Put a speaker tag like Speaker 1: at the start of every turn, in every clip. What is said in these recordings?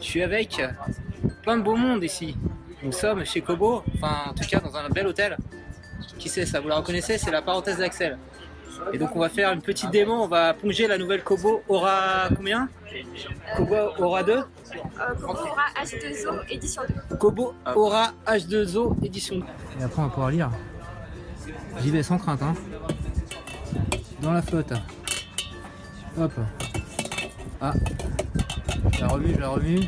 Speaker 1: Je suis avec plein de beau monde ici. Nous sommes chez Kobo, enfin en tout cas dans un bel hôtel. Qui c'est ça Vous la reconnaissez C'est la parenthèse d'Axel. Et donc on va faire une petite démo, on va plonger la nouvelle Kobo Aura combien Kobo Aura 2
Speaker 2: Euh, Coco aura H2O édition 2.
Speaker 1: Kobo Aura H2O édition. Et après on va pouvoir lire. J'y vais sans crainte hein. Dans la flotte. Hop. Ah. Je la remue, je la remue.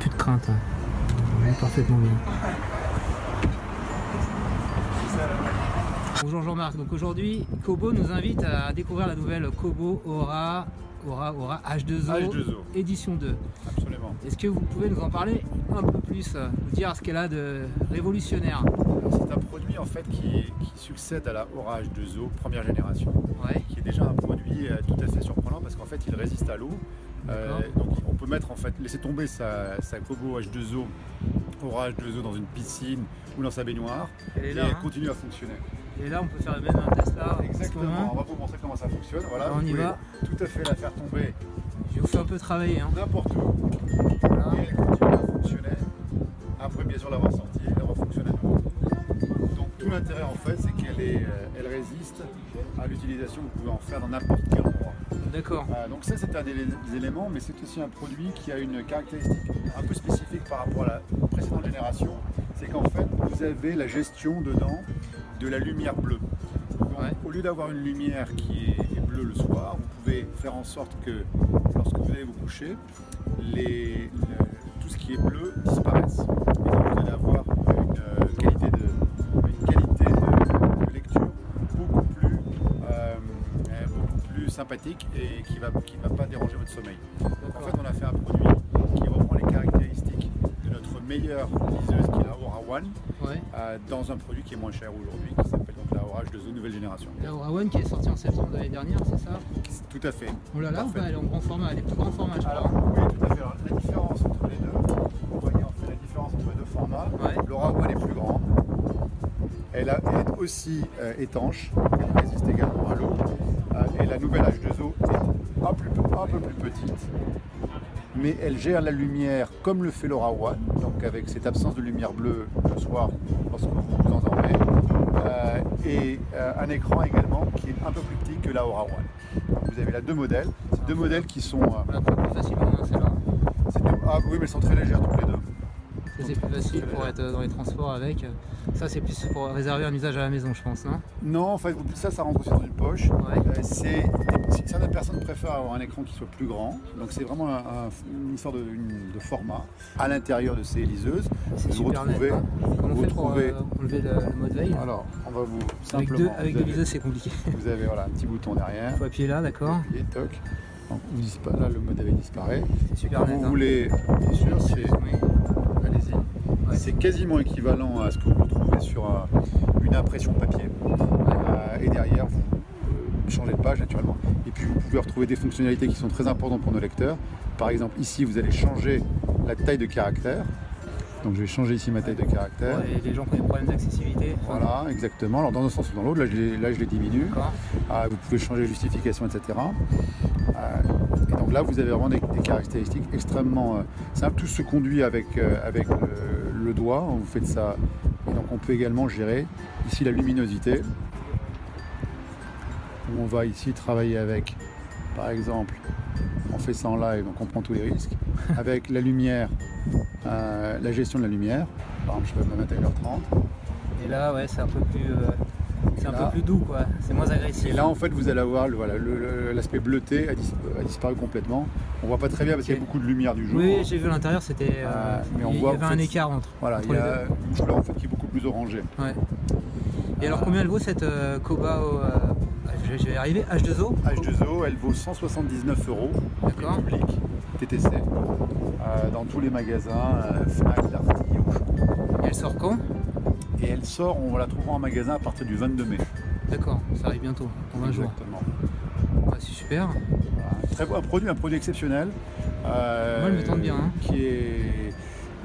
Speaker 1: Plus de crainte. On est parfaitement bien. Bonjour Jean-Marc, donc aujourd'hui Kobo nous invite à découvrir la nouvelle Kobo Aura Aura Aura H2O,
Speaker 3: H2O.
Speaker 1: édition 2.
Speaker 3: Absolument.
Speaker 1: Est-ce que vous pouvez nous en parler un peu plus, euh, nous dire ce qu'elle a de révolutionnaire
Speaker 3: Alors, C'est un produit en fait qui, qui succède à la Orage 2O première génération,
Speaker 1: Ouais,
Speaker 3: qui est déjà un produit euh, tout à fait surprenant parce qu'en fait il résiste à l'eau. Euh, donc on peut mettre en fait, laisser tomber sa, sa Kobo H2O, Orage 2O dans une piscine ou dans sa baignoire
Speaker 1: elle est
Speaker 3: et
Speaker 1: là.
Speaker 3: elle
Speaker 1: hein.
Speaker 3: continue à fonctionner.
Speaker 1: Et là, on peut faire le même un Tesla. en ce
Speaker 3: Exactement.
Speaker 1: moment.
Speaker 3: On va vous montrer comment ça fonctionne. Voilà,
Speaker 1: Alors, on
Speaker 3: vous
Speaker 1: y
Speaker 3: pouvez
Speaker 1: va.
Speaker 3: tout à fait la faire tomber
Speaker 1: Je vous fais un peu travailler. Hein.
Speaker 3: n'importe où
Speaker 1: Voilà.
Speaker 3: et elle continue à fonctionner après bien sûr l'avoir sortie et l'avoir fonctionné à nouveau. Donc tout l'intérêt en fait c'est qu'elle est, euh, elle résiste à l'utilisation que vous pouvez en faire dans n'importe quel endroit.
Speaker 1: D'accord.
Speaker 3: Euh, donc ça c'est un des des éléments mais c'est aussi un produit qui a une caractéristique un peu spécifique par rapport à la précédente génération, c'est qu'en fait vous avez la gestion dedans de la lumière bleue. Donc,
Speaker 1: Ouais.
Speaker 3: Au lieu d'avoir une lumière qui est, est bleue le soir, vous pouvez faire en sorte que lorsque vous allez vous coucher, les- le- tout ce qui est bleu disparaisse. Et donc vous allez avoir une euh, qualité de, une qualité de- de lecture beaucoup plus, euh, euh, beaucoup plus sympathique et qui ne va, qui va pas déranger votre sommeil. Donc en fait, on a fait un produit qui reprend les caractéristiques de notre meilleure liseuse qui est la Aura One
Speaker 1: Ouais.
Speaker 3: euh, dans un produit qui est moins cher aujourd'hui qui s'appelle donc la Orage 2 nouvelle génération.
Speaker 1: La Aura One qui est sortie en septembre de l'année dernière, c'est ça
Speaker 3: Tout à fait.
Speaker 1: On l'a Oh là ou
Speaker 3: Parfait.
Speaker 1: pas Elle est en grand format, elle est plus grand format, je
Speaker 3: Alors
Speaker 1: crois.
Speaker 3: oui, tout à fait. Alors, la différence entre les deux, vous voyez en fait la différence entre les deux formats.
Speaker 1: Ouais.
Speaker 3: L'Aura One est plus grande. Elle, a- elle est aussi euh, étanche, elle résiste également à l'eau. Euh, et la nouvelle H2O est un, plus pe- un peu plus petite, mais elle gère la lumière comme le fait l'Aura One, donc avec cette absence de lumière bleue le soir lorsque vous vous endormez. Euh, et euh, un écran également qui est un peu plus petit que la Aura One. Donc, vous avez là deux modèles, C'est deux modèles qui sont. euh,
Speaker 1: On la prend plus facilement, hein, celle-là.
Speaker 3: c'est tout- Ah oui, mais elles sont très légères toutes les deux.
Speaker 1: Ça, c'est plus facile pour être euh, dans les transports avec. Ça, c'est plus pour réserver un usage à la maison, je pense, non
Speaker 3: Non, en fait, vous- ça, ça rentre aussi dans une poche.
Speaker 1: Ouais.
Speaker 3: Euh, c'est, c'est- certaines personnes préfèrent avoir un écran qui soit plus grand. Donc c'est vraiment un- un- une histoire de, une- de format. À l'intérieur de ces liseuses,
Speaker 1: C'est
Speaker 3: vous
Speaker 1: super
Speaker 3: retrouvez.
Speaker 1: net. hein. Comment on
Speaker 3: vous
Speaker 1: fait pour
Speaker 3: retrouvez-
Speaker 1: euh, enlever le, le mode veille
Speaker 3: Alors, on va vous
Speaker 1: Avec
Speaker 3: simplement.
Speaker 1: deux, avec
Speaker 3: vous,
Speaker 1: deux
Speaker 3: avez,
Speaker 1: liseuses, c'est compliqué.
Speaker 3: vous avez, voilà un petit bouton derrière.
Speaker 1: Il faut appuyer là, d'accord
Speaker 3: Et toc. Donc, vous dispa- là, le mode avait disparu.
Speaker 1: C'est super
Speaker 3: Quand
Speaker 1: net.
Speaker 3: vous
Speaker 1: hein.
Speaker 3: voulez, bien sûr, c'est
Speaker 1: Oui.
Speaker 3: Allez-y. C'est quasiment équivalent à ce que vous retrouvez sur un- une impression papier. Euh, et derrière, vous euh, changez de page naturellement. Et puis vous pouvez retrouver des fonctionnalités qui sont très importantes pour nos lecteurs. Par exemple, ici, vous allez changer la taille de caractère. Donc je vais changer ici ma taille de caractère.
Speaker 1: Ouais, et les gens qui ont des problèmes d'accessibilité. enfin,
Speaker 3: Voilà, exactement. Alors dans un sens ou dans l'autre, là je les, là, je les diminue.
Speaker 1: D'accord.
Speaker 3: Ah, vous pouvez changer les justifications, etc. Euh, et donc là, vous avez vraiment des, des caractéristiques extrêmement euh, simples. Tout se conduit avec, euh, avec le, le doigt. Vous faites ça. Et donc on peut également gérer ici la luminosité. Où on va ici travailler avec, par exemple, on fait ça en live, donc on prend tous les risques. Avec la lumière, euh, la gestion de la lumière. Par exemple, je peux me mettre à 1h30.
Speaker 1: Et là, ouais, c'est un peu plus, euh, c'est un
Speaker 3: Là.
Speaker 1: peu plus doux, quoi. C'est moins agressif.
Speaker 3: Et là, en fait, vous allez avoir le- voilà, le- le- l'aspect bleuté a, dis- a disparu complètement. On voit pas très bien parce qu'il y a
Speaker 1: Ok.
Speaker 3: beaucoup de lumière du jour.
Speaker 1: oui, j'ai vu à l'intérieur, c'était. euh,
Speaker 3: Ah, hein. mais on
Speaker 1: il y
Speaker 3: voit,
Speaker 1: avait
Speaker 3: en
Speaker 1: un
Speaker 3: fait,
Speaker 1: écart entre.
Speaker 3: Voilà, il y a une couleur en fait qui est beaucoup plus orangée.
Speaker 1: Ouais. Et alors, combien elle vaut cette euh, Koba au, euh, je, vais- je vais y arriver H2O
Speaker 3: H2O, elle vaut 179 euros, prix
Speaker 1: D'accord.
Speaker 3: public, TTC, euh, dans tous les magasins, euh, Fnac, Darty, Auchan.
Speaker 1: Et Elle sort quand
Speaker 3: Et elle sort, on la trouvera en magasin à partir du 22 mai.
Speaker 1: D'accord, ça arrive bientôt, en 20 jours.
Speaker 3: Exactement.
Speaker 1: Ouais, Ah, c'est super.
Speaker 3: Voilà. Très beau- un produit, un produit exceptionnel. euh,
Speaker 1: Moi, elle me tente bien, hein.
Speaker 3: Qui est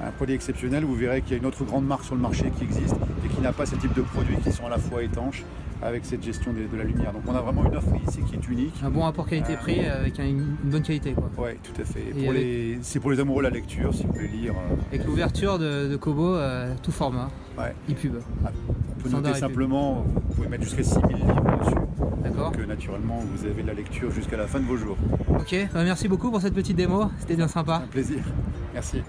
Speaker 3: un produit exceptionnel. Vous verrez qu'il y a une autre grande marque sur le marché qui existe et qui n'a pas ce type de produits qui sont à la fois étanches avec cette gestion de, de la lumière. Donc on a vraiment une offre ici qui est unique.
Speaker 1: Un bon rapport qualité-prix avec un- une bonne qualité. Quoi.
Speaker 3: Oui, tout à fait. Et
Speaker 1: Et
Speaker 3: pour
Speaker 1: avec-
Speaker 3: les- C'est pour les amoureux de la lecture, si vous voulez lire. euh,
Speaker 1: Avec l'ouverture de, de Kobo, euh, tout format,
Speaker 3: Ouais.
Speaker 1: e-pub.
Speaker 3: On peut
Speaker 1: Standard
Speaker 3: noter
Speaker 1: et
Speaker 3: simplement, vous pouvez mettre jusqu'à 6000 livres dessus.
Speaker 1: D'accord
Speaker 3: Donc euh, naturellement, vous avez de la lecture jusqu'à la fin de vos jours.
Speaker 1: bah, Ok, euh, merci beaucoup pour cette petite démo, c'était bien sympa.
Speaker 3: Un plaisir. Merci.